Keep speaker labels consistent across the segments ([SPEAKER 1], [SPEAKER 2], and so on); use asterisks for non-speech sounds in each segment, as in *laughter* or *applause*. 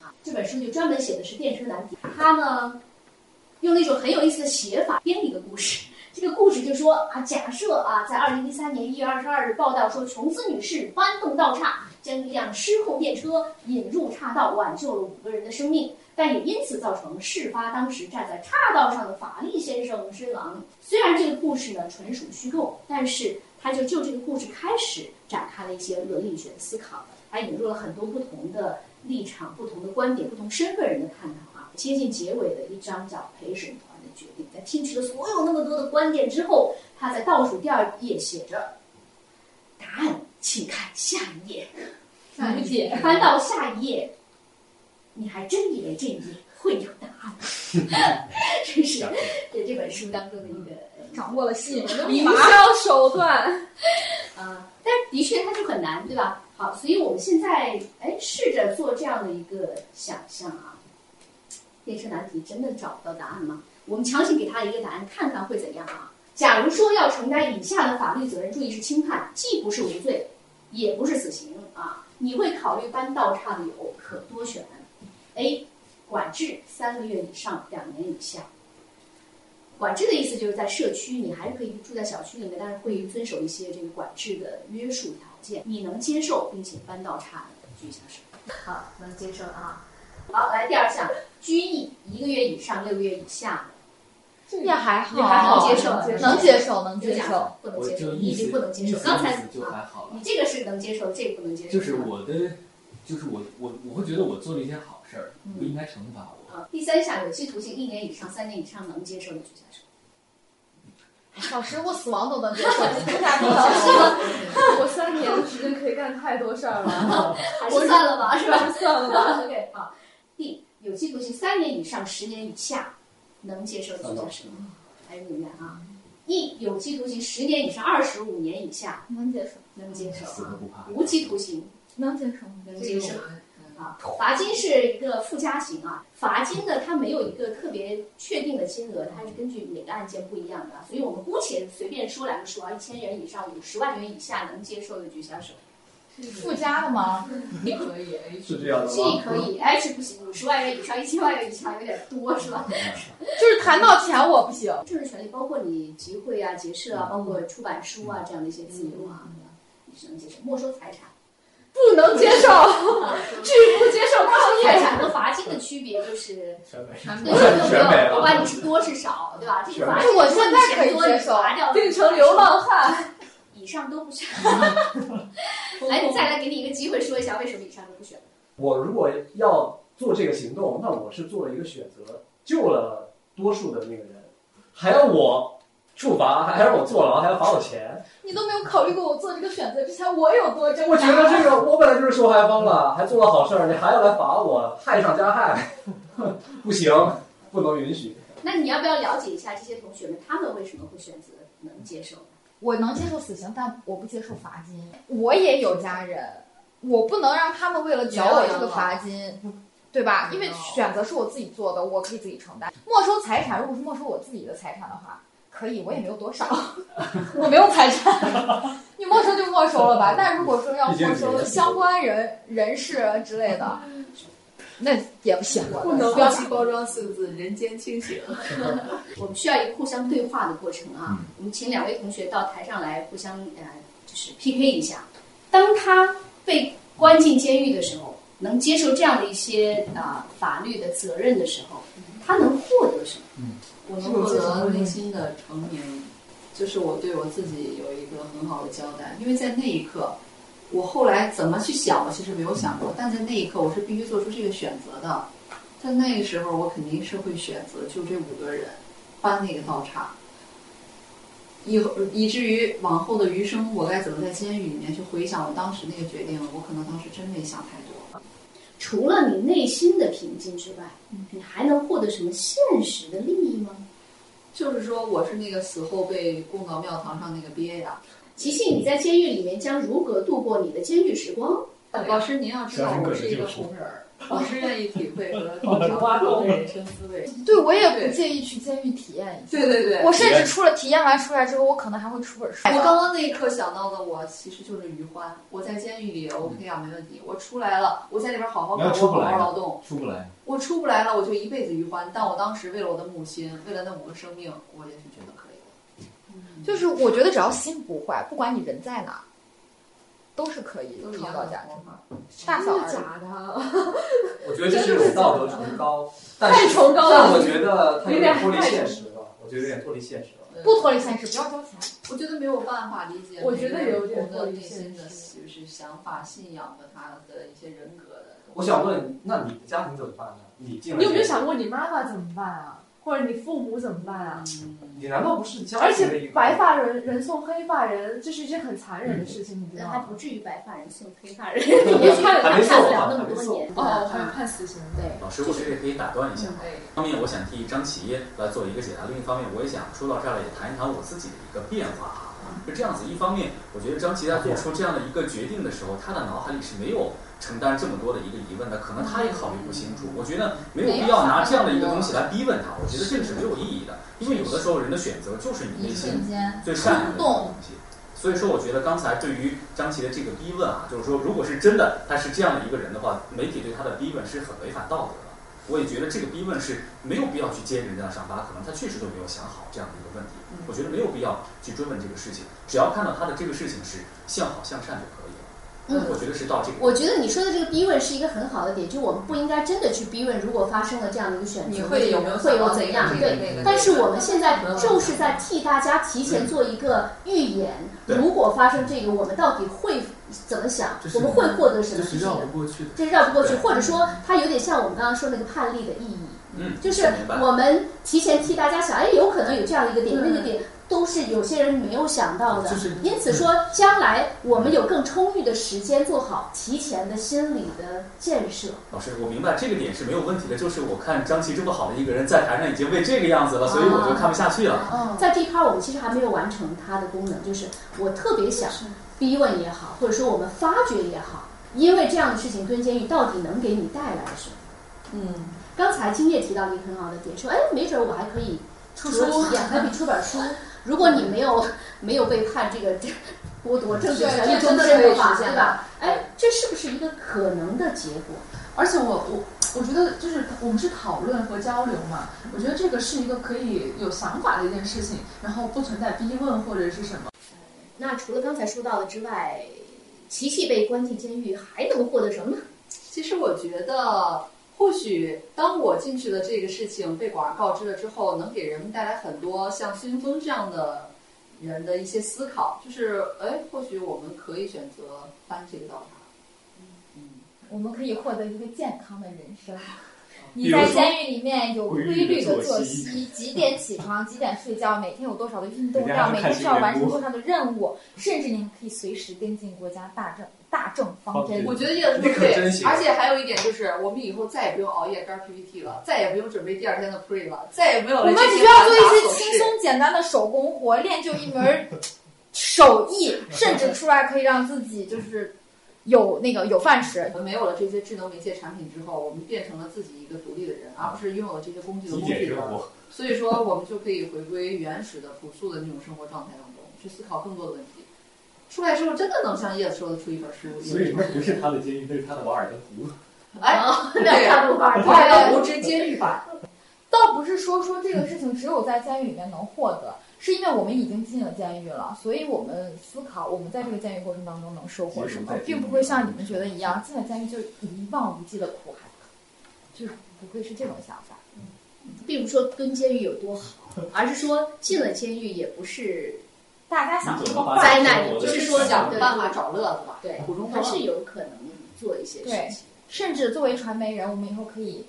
[SPEAKER 1] 哈。这本书就专门写的是电车难题，他呢用那种很有意思的写法编了一个故事。这个故事就说啊，假设啊，在二零一三年一月二十二日报道说，琼斯女士搬动道岔，将一辆失控电车引入岔道，挽救了五个人的生命，但也因此造成事发当时站在岔道上的法力先生身亡。虽然这个故事呢纯属虚构，但是他就就这个故事开始展开了一些伦理学的思考，他引入了很多不同的立场、不同的观点、不同身份人的探讨啊。接近结尾的一章叫陪审团。决定在听取了所有那么多的观点之后，他在倒数第二页写着：“答案，请看下一页。”嗯
[SPEAKER 2] 理解。
[SPEAKER 1] 翻到下一页，你还真以为这一页会有答案？这是这这本书当中的一个呃
[SPEAKER 2] 掌握了吸引人的营销手段
[SPEAKER 3] 哦
[SPEAKER 1] 啊！但的确它就很难，对吧？好，所以我们现在哎试着做这样的一个想象啊，电车难题真的找不到答案吗？我们强行给他一个答案，看看会怎样啊？假如说要承担以下的法律责任，注意是轻判，既不是无罪，也不是死刑啊。你会考虑搬道岔的有可多选：A. 管制三个月以上两年以下。管制的意思就是在社区，你还是可以住在小区里面，但是会遵守一些这个管制的约束条件。你能接受并且搬道岔的，举一下手。
[SPEAKER 3] 好，能接受啊。
[SPEAKER 1] 好，来第二项，拘役一个月以上六个月以下的。
[SPEAKER 3] 也还好，
[SPEAKER 1] 还
[SPEAKER 3] 好
[SPEAKER 1] 接受，
[SPEAKER 3] 能接受，能接受，
[SPEAKER 1] 不能接受，已经不能接受。刚才啊，你这个是能接受，这个不能接受。
[SPEAKER 4] 就是我的，就是我，我我会觉得我做了一些好事儿，
[SPEAKER 1] 嗯
[SPEAKER 4] 不应该惩罚我。
[SPEAKER 1] 啊，第三项有期徒刑一年以上三年以上能接受的举下手。
[SPEAKER 3] 小食物死亡都能接受，这 *laughs* 下不能。
[SPEAKER 2] 我三年的时间可以干太多事儿了，
[SPEAKER 1] 还是算了吧，是吧？
[SPEAKER 2] 算了
[SPEAKER 3] *laughs*
[SPEAKER 2] 吧。
[SPEAKER 1] OK，好。D 有期徒刑三年以上十年以下能接受的举下手，还是你们俩啊？一有期徒刑十年以上二十五年以下，
[SPEAKER 3] 能接受，
[SPEAKER 1] 能接受；
[SPEAKER 4] 死活不怕。
[SPEAKER 1] 嗯无期徒刑
[SPEAKER 3] 能接受，
[SPEAKER 1] 能接
[SPEAKER 2] *laughs*
[SPEAKER 1] 受。啊，罚金是一个附加刑啊，罚金呢它没有一个特别确定的金额，它是根据每个案件不一样的，所以我们姑且随便说两个数啊，一千元以上五十万元以下能接受的举下手。
[SPEAKER 2] 嗯
[SPEAKER 3] 附加的吗？
[SPEAKER 2] 你可以
[SPEAKER 4] 是这样
[SPEAKER 5] 呃
[SPEAKER 4] 的
[SPEAKER 1] G 可以，H 不行，五十万元以上一千万元以上有点多是
[SPEAKER 6] 嗯
[SPEAKER 1] *laughs* 吧？
[SPEAKER 3] 就是谈到钱我不行。
[SPEAKER 1] 政治权利包括你集会啊、结社啊，包括出版书啊这样的一些自由啊，你是能接受。没收财产，
[SPEAKER 3] 不能接 *laughs* 受，拒不接
[SPEAKER 1] 没
[SPEAKER 3] 受
[SPEAKER 1] 收
[SPEAKER 3] 抗
[SPEAKER 1] 财
[SPEAKER 3] 议。
[SPEAKER 1] 产和罚金的区别就是。
[SPEAKER 4] 全没。
[SPEAKER 1] 对，
[SPEAKER 3] 嗯
[SPEAKER 2] 全没
[SPEAKER 1] 有
[SPEAKER 2] 有。
[SPEAKER 1] 没
[SPEAKER 4] 全没
[SPEAKER 1] 有，
[SPEAKER 4] 了
[SPEAKER 1] 不管你是多是少，对吧？这个罚
[SPEAKER 3] 全没了
[SPEAKER 1] 现在
[SPEAKER 3] *laughs*
[SPEAKER 1] 罚掉
[SPEAKER 3] 变成流，浪汉，
[SPEAKER 1] 以上都不选。
[SPEAKER 3] 哎
[SPEAKER 1] 来，再来给你一个机会说一下为什么以上都不选。
[SPEAKER 6] 我如果要做这个行动，那我是做了一个选择，救了多数的那个人，还要我处罚，还让我坐牢，还要罚我钱。
[SPEAKER 3] 你都没有考虑过我做这个选择之前我有多挣扎。
[SPEAKER 6] 我觉得这个我本来就是受害方了，还做了好事儿，你还要来罚我，害上加害， *laughs* 不行，不能允许。
[SPEAKER 1] 那你要不要了解一下这些同学们，他们为什么会选择能接受？
[SPEAKER 3] 我能接受死刑，但我不接受罚金。我也有家人，我不能让他们为了缴我这个罚金，对
[SPEAKER 2] 嗯
[SPEAKER 3] 吧？因为选择是我自己做的，我可以自己承担。没收财产，如果是没收我自己的财产的话，可以，我也没有多
[SPEAKER 2] *laughs*
[SPEAKER 3] 少，我没有财产，你没收就没收了吧。但如果说要没收相关人人士之类的，
[SPEAKER 2] 嗯
[SPEAKER 3] 那也不行，我不要
[SPEAKER 2] 标题包装四个字“人间清醒
[SPEAKER 1] 我们需要一个互相对话的过程
[SPEAKER 6] 嗯
[SPEAKER 1] 啊。我们请两位同学到台上来互相呃，就是 PK 一下。当他被关进监狱的时候，能接受这样的一些啊、法律的责任的时候，他能获得什么？”，
[SPEAKER 2] 我能获得内心的成名，就是我对我自己有一个很好的交代。因为在那一刻，我后来怎么去想，我其实没有想过，但在那一刻，我是必须做出这个选择的。在那个时候，我肯定是会选择就这五个人搬那个道岔，以后以至于往后的余生，我该怎么在监狱里面去回想我当时那个决定，我可能当时真没想太多。
[SPEAKER 1] 除了你内心的平静之外，你还能获得什么现实的利益吗？
[SPEAKER 2] 就是说，我是那个死后被供到庙堂上那个鳖呀、
[SPEAKER 1] 即兴你在监狱里面将如何度过你的监狱时光？
[SPEAKER 2] 呃老师，您要知道我是一个红人儿，我是愿意体会和同挖洞的人生滋味。
[SPEAKER 3] 对我也不介意去监狱体验一下。
[SPEAKER 2] 对对对，
[SPEAKER 3] 我甚至出了体验完出来之后，我可能还会出本书。
[SPEAKER 2] 我刚刚那一刻想到的我，其实就是余欢。我在监狱里 OK 啊，没问题。我出来了，我在里边好好
[SPEAKER 4] 你
[SPEAKER 2] 干
[SPEAKER 4] 要，
[SPEAKER 2] 我
[SPEAKER 4] 出
[SPEAKER 2] 好
[SPEAKER 4] 不来啊
[SPEAKER 2] 好
[SPEAKER 4] 呢
[SPEAKER 2] 劳动。
[SPEAKER 4] 出不来，
[SPEAKER 2] 我出不来了，我就一辈子余欢。但我当时为了我的母亲，为了那五个生命，我也是觉得可以的。
[SPEAKER 3] 就是我觉得只要心不坏，不管你人在哪儿，都是可以
[SPEAKER 2] 都是一
[SPEAKER 3] 创
[SPEAKER 2] 样
[SPEAKER 3] 造
[SPEAKER 2] 的
[SPEAKER 3] 价值
[SPEAKER 2] 活。法。
[SPEAKER 3] 大小
[SPEAKER 7] 真
[SPEAKER 3] 而
[SPEAKER 7] 的
[SPEAKER 3] 已。
[SPEAKER 7] 假的？
[SPEAKER 6] 我觉得这是一种道德崇高，但
[SPEAKER 7] 太
[SPEAKER 6] 是
[SPEAKER 7] 崇高
[SPEAKER 6] 但我
[SPEAKER 7] 了！
[SPEAKER 6] 觉得它有点脱离现实了，我觉得有点脱离现实了。
[SPEAKER 2] 对
[SPEAKER 3] 不脱离现实，不要交钱。
[SPEAKER 2] 我觉得没有办法理解，
[SPEAKER 7] 我觉得有点
[SPEAKER 2] 的
[SPEAKER 7] 过于
[SPEAKER 2] 内心的，
[SPEAKER 7] 现实
[SPEAKER 2] 就是想法、信仰和他的一些人格的。
[SPEAKER 6] 我想，问，那你的家庭怎么办呢？你进了，
[SPEAKER 7] 你有没有？想过你妈妈怎么办啊？或者你父母怎么办啊？
[SPEAKER 2] 嗯，
[SPEAKER 6] 你难道不是家
[SPEAKER 7] 而
[SPEAKER 6] 庭的一
[SPEAKER 7] 且
[SPEAKER 6] 个
[SPEAKER 7] 白发人人送黑发人，这是一件很残忍的事情，你知道
[SPEAKER 1] 还不
[SPEAKER 7] 吗？哦
[SPEAKER 1] 至于白发人送黑发人，
[SPEAKER 7] 也差点
[SPEAKER 6] *laughs* 还没
[SPEAKER 1] 看
[SPEAKER 6] 送啊
[SPEAKER 1] 不了
[SPEAKER 6] 还
[SPEAKER 1] 那么
[SPEAKER 6] 没
[SPEAKER 1] 多
[SPEAKER 6] 送。啊
[SPEAKER 1] 年。嗯
[SPEAKER 7] 哦，还有判死刑的。
[SPEAKER 5] 老师，我觉得可以打断一下。
[SPEAKER 2] 对，
[SPEAKER 5] 一方面，我想替张琪来做一个解答；另一方面，我也想说到这儿了，也谈一谈我自己的一个变化啊。是这样子，一方面，我觉得张琪在做出这样的一个决定的时候，他的脑海里是没有承担这么多的一个疑问的，可能他也考虑不清楚。我觉得没有必要拿这样的一个东西来逼问他，我觉得这个是没有意义的，因为有的时候人的选择就是你内
[SPEAKER 2] 一
[SPEAKER 5] 心
[SPEAKER 2] 瞬间，
[SPEAKER 5] 最善良的一个东西。所以说，我觉得刚才对于张琪的这个逼问啊，就是说，如果是真的他是这样的一个人的话，媒体对他的逼问是很违反道德的。我也觉得这个逼问是没有必要去揭人家的伤疤，可能他确实就没有想好这样的一个问题。
[SPEAKER 6] 嗯
[SPEAKER 5] 我觉得没有必要去追问这个事情，只要看到他的这个事情是向好向善就可以了。
[SPEAKER 2] 嗯
[SPEAKER 5] 我觉得是到这个。
[SPEAKER 8] 我觉得你说的这个逼问是一个很好的点，就我们不应该真的去逼问，如果发生了这样的一个选择，
[SPEAKER 2] 你会有没有
[SPEAKER 8] 会
[SPEAKER 2] 想
[SPEAKER 8] 有
[SPEAKER 2] 到
[SPEAKER 8] 怎样？
[SPEAKER 2] 那个
[SPEAKER 8] 对，
[SPEAKER 2] 那个
[SPEAKER 8] 但是我们现在就是在替大家提前
[SPEAKER 2] 嗯
[SPEAKER 8] 做一个预演，
[SPEAKER 5] 对
[SPEAKER 8] 如果发生这个，我们到底会怎么想
[SPEAKER 4] 这？是
[SPEAKER 8] 我们会获得什
[SPEAKER 4] 这
[SPEAKER 8] 么事
[SPEAKER 4] 是
[SPEAKER 8] 情
[SPEAKER 4] 绕不
[SPEAKER 8] 呢？
[SPEAKER 4] 过去的。
[SPEAKER 8] 这是绕不过去，
[SPEAKER 5] 对
[SPEAKER 8] 或者说它有点像我们刚刚说那个判例的意义，
[SPEAKER 5] 嗯，
[SPEAKER 8] 就是
[SPEAKER 5] 明白。
[SPEAKER 8] 我们提前替大家想，哎，有可能有这样的一个点，
[SPEAKER 7] 对
[SPEAKER 8] 那个点都是有些人没有想到的。
[SPEAKER 4] 就是
[SPEAKER 8] 因此说，将来我们有更充裕的时间做好提前的心理的建设。
[SPEAKER 5] 老师，我明白这个点是没有问题的，就是我看张琪这么好的一个人在台上已经为这个样子了，所以我就看不下去了。
[SPEAKER 3] 嗯，
[SPEAKER 8] 在这一趴，我们其实还没有完成它的功能，就是我特别想逼问也好，或者说我们发掘也好，因为这样的事情蹲监狱到底能给你带来什么？
[SPEAKER 2] 嗯，
[SPEAKER 8] 刚才金叶提到了一个很好的点，说哎，没准我还可以出出体验，还可以出本
[SPEAKER 2] *laughs*
[SPEAKER 8] 书。如果你没有没有被判这个这剥夺政治
[SPEAKER 2] 对
[SPEAKER 8] 权利
[SPEAKER 2] 这
[SPEAKER 8] 终
[SPEAKER 2] 真的
[SPEAKER 8] 身
[SPEAKER 2] 可以
[SPEAKER 8] 的话，
[SPEAKER 2] 实现
[SPEAKER 8] 对吧？哎，这是不是一个可能的结果？
[SPEAKER 2] 而且我我我觉得就是我们是讨论和交流嘛，我觉得这个是一个可以有想法的一件事情，然后不存在逼问或者是什么。
[SPEAKER 1] 那除了刚才说到的之外，琪琪被关进监狱还能获得什么呢？
[SPEAKER 2] 其实我觉得，或许当我进去的这个事情被广而告之了之后，能给人们带来很多像孙云峰这样的人的一些思考，就是哎，或许我们可以选择搬这个道塔。嗯，
[SPEAKER 3] 我们可以获得一个健康的人 *laughs* 生。
[SPEAKER 4] 比
[SPEAKER 3] 你
[SPEAKER 4] 如说
[SPEAKER 3] 在监狱里面有规律的作
[SPEAKER 4] 规律的作
[SPEAKER 3] 息，
[SPEAKER 4] 息
[SPEAKER 3] 几点起 *laughs* 床，几点睡觉，每天有多少的运动
[SPEAKER 4] 人家
[SPEAKER 3] 量，
[SPEAKER 4] 还
[SPEAKER 3] 每
[SPEAKER 4] 看
[SPEAKER 3] 天
[SPEAKER 4] 新
[SPEAKER 3] 是要
[SPEAKER 4] 闻
[SPEAKER 3] 完成
[SPEAKER 4] 播
[SPEAKER 3] 多少的任务，甚至您可以随时跟进国家大政大政方针。
[SPEAKER 2] 我觉得叶老师
[SPEAKER 6] 嗯你
[SPEAKER 2] 说
[SPEAKER 6] 可
[SPEAKER 2] 对
[SPEAKER 6] 真，行
[SPEAKER 2] 而且还有一点就是，我们以后再也不用熬夜干 PPT 了，再也不用准备第二天的 pre 了，再也没有
[SPEAKER 3] 我
[SPEAKER 2] 了
[SPEAKER 3] 们
[SPEAKER 2] 这
[SPEAKER 3] 只
[SPEAKER 2] 些
[SPEAKER 3] 需要
[SPEAKER 2] 繁
[SPEAKER 3] 做
[SPEAKER 2] 杂
[SPEAKER 3] 一些
[SPEAKER 2] 琐
[SPEAKER 3] 轻
[SPEAKER 2] 事。
[SPEAKER 3] 松简单的手工活，练就一门 *laughs* 儿手艺，甚至出来可以让自己就是有那个有饭吃。
[SPEAKER 2] 我们没有了这些智能媒介产品之后，我们变成了自己一个独立的人，而不是拥有了这些工具的
[SPEAKER 4] 极
[SPEAKER 2] 工
[SPEAKER 4] 简
[SPEAKER 2] 具
[SPEAKER 4] 生
[SPEAKER 2] 人。
[SPEAKER 4] 活，
[SPEAKER 2] 所以说，我们就可以回归原始的、朴素的那种生活状态当中，去思考更多的问题。出来之后，真的能像叶子说的出一本书，
[SPEAKER 4] 所以那不是他的监狱，那是他的瓦尔登湖。
[SPEAKER 2] 哎，
[SPEAKER 1] *laughs*
[SPEAKER 2] *laughs* 对，
[SPEAKER 1] 大陆话，
[SPEAKER 2] 快乐无知监狱版，
[SPEAKER 3] 倒不是说说这个事情只有在监狱里面能获得，是因为我们已经进了监狱了，所以我们思考我们在这个监狱过程当中能收获什么，并不会像你们觉得一样，进了监狱就一望无际的苦海，就是不会是这种想法。
[SPEAKER 1] 并不是说蹲监狱有多好，而是说进了监狱也不是
[SPEAKER 3] 大家想
[SPEAKER 4] 你
[SPEAKER 3] 这
[SPEAKER 4] 怎
[SPEAKER 3] 么
[SPEAKER 4] 么
[SPEAKER 3] 坏
[SPEAKER 4] 发
[SPEAKER 1] 灾
[SPEAKER 4] 现
[SPEAKER 1] 难
[SPEAKER 4] 生活的
[SPEAKER 1] 就是
[SPEAKER 4] 是
[SPEAKER 1] 说
[SPEAKER 2] 想
[SPEAKER 4] 想
[SPEAKER 1] 对
[SPEAKER 2] 办法找乐子吧，
[SPEAKER 1] 对，
[SPEAKER 2] 苦中作
[SPEAKER 1] 还
[SPEAKER 2] 乐。
[SPEAKER 1] 是有可能做一些事情。
[SPEAKER 3] 甚至作为传媒人，我们以后可以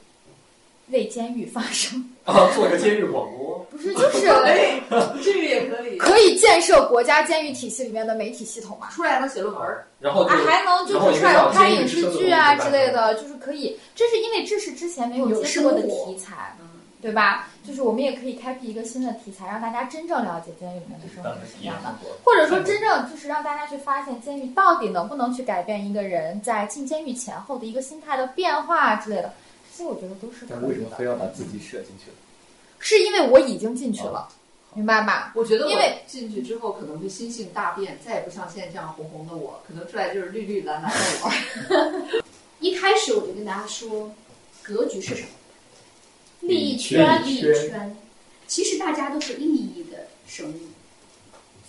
[SPEAKER 3] 为监狱发声， *laughs*
[SPEAKER 6] 啊，做一个监狱广播，
[SPEAKER 3] 不是就是
[SPEAKER 2] 对，这个也可以。
[SPEAKER 3] 可以建设国家监狱体系里面的媒体系统嘛？
[SPEAKER 2] *laughs* 出来了写论文儿，
[SPEAKER 6] 然后就
[SPEAKER 3] 啊，还能就是出来有拍影视剧啊之类的，就是可以。这是因为这是之前没有接触过的题材，
[SPEAKER 2] 嗯，
[SPEAKER 3] 对吧？就是我们也可以开辟一个新的题材，让大家真正了解监狱里面的生活
[SPEAKER 4] 当然
[SPEAKER 3] 是
[SPEAKER 4] 是
[SPEAKER 3] 什么
[SPEAKER 4] 一
[SPEAKER 3] 样
[SPEAKER 4] 样
[SPEAKER 3] 的。
[SPEAKER 4] 生活。
[SPEAKER 3] 或者说，真正就是让大家去发现监狱到底能不能去改变一个人在进监狱前后的一个心态的变化之类的，这些我觉得都是
[SPEAKER 4] 但
[SPEAKER 3] 可
[SPEAKER 4] 为什
[SPEAKER 3] 以
[SPEAKER 4] 么
[SPEAKER 3] 的。
[SPEAKER 4] 非要把自己设进去？
[SPEAKER 3] 是因为我已经进去了，
[SPEAKER 4] 啊
[SPEAKER 3] 明白吧？
[SPEAKER 2] 我觉得我
[SPEAKER 3] 因为
[SPEAKER 2] 进去之后可能会心性大变，再也不像现在这样红红的我，可能出来就是绿绿蓝蓝的我。
[SPEAKER 1] 一开始我就跟大家说，格局是什么？利益
[SPEAKER 6] 利
[SPEAKER 1] 利
[SPEAKER 6] 益
[SPEAKER 1] 益
[SPEAKER 6] 圈
[SPEAKER 1] 圈。其实大家都是利益的生物，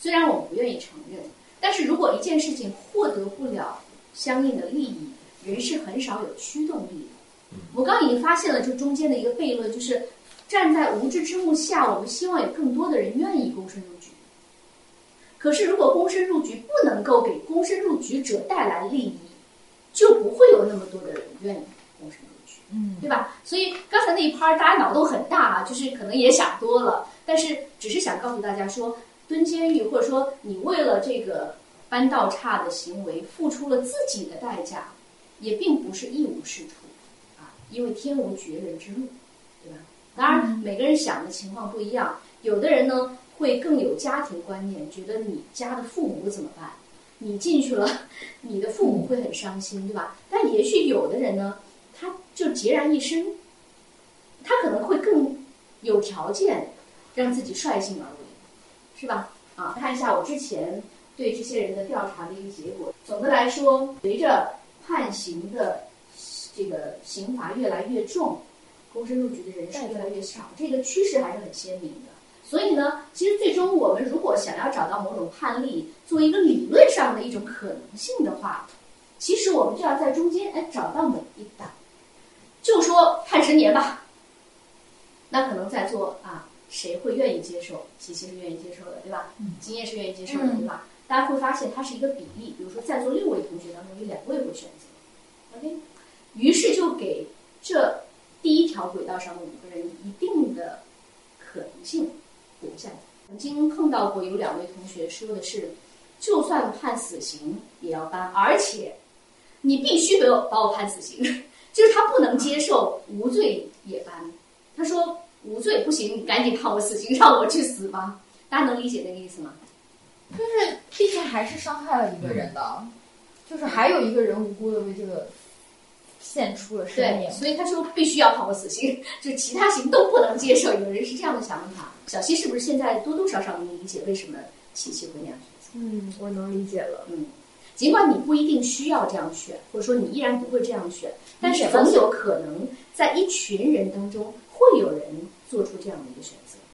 [SPEAKER 1] 虽然我不愿意承认，但是如果一件事情获得不了相应的利益，人是很少有驱动力的。我刚已经发现了这中间的一个悖论，就是站在无知之幕下，我们希望有更多的人愿意躬身入局。可是，如果躬身入局不能够给躬身入局者带来利益，就不会有那么多的人愿意躬身入局。
[SPEAKER 3] 嗯，
[SPEAKER 1] 对吧？所以刚才那一趴儿大家脑洞很大啊，就是可能也想多了，但是只是想告诉大家说，蹲监狱或者说你为了这个搬道岔的行为付出了自己的代价，也并不是一无是处啊，因为天无绝人之路，对吧？当然，每个人想的情况不一样，有的人呢会更有家庭观念，觉得你家的父母怎么办？你进去了， *laughs* 你的父母会很伤心，对吧？但也许有的人呢，他就孑然一身，他可能会更有条件让自己率性而为，是吧？啊，看一下我之前对这些人的调查的一个结果。总的来说，随着判刑的这个刑罚越来越重，躬身入局的人数越来越少，这个趋势还是很鲜明的。所以呢，其实最终我们如果想要找到某种判例，作为一个理论上的一种可能性的话，其实我们就要在中间哎找到每一档。就说判十年吧，那可能在座啊，谁会愿意接受？琪琪是愿意接受的，对吧？经验是愿意接受的，对吧？大家会发现它是一个比例，比如说在座六位同学当中有两位会选择，OK，于是就给这第一条轨道上的五个人一定的可能性留下来。曾经碰到过有两位同学说的是，就算判死刑也要搬，而且你必须给我把我判死刑。 *laughs* 就是他不能接受无罪也搬。他说无罪不行，你赶紧判我死刑，让我去死吧。大家能理解那个意思吗？
[SPEAKER 3] 就是毕竟还是伤害了一个人的，就是还有一个人无辜的为这个献出了生
[SPEAKER 1] 对
[SPEAKER 3] 命，。
[SPEAKER 1] 所以他说必须要判我死刑， *laughs* 就其他刑都不能接受。有人是这样的想法。小溪是不是现在多多少少能理解为什么琪琪会那样选择？
[SPEAKER 7] 嗯，我能理解了。
[SPEAKER 1] 嗯，尽管你不一定需要这样选，或者说你依然不会这样选，但是
[SPEAKER 3] 嗯
[SPEAKER 1] 总有可能在一群人当中会有人做出这样的一个选择。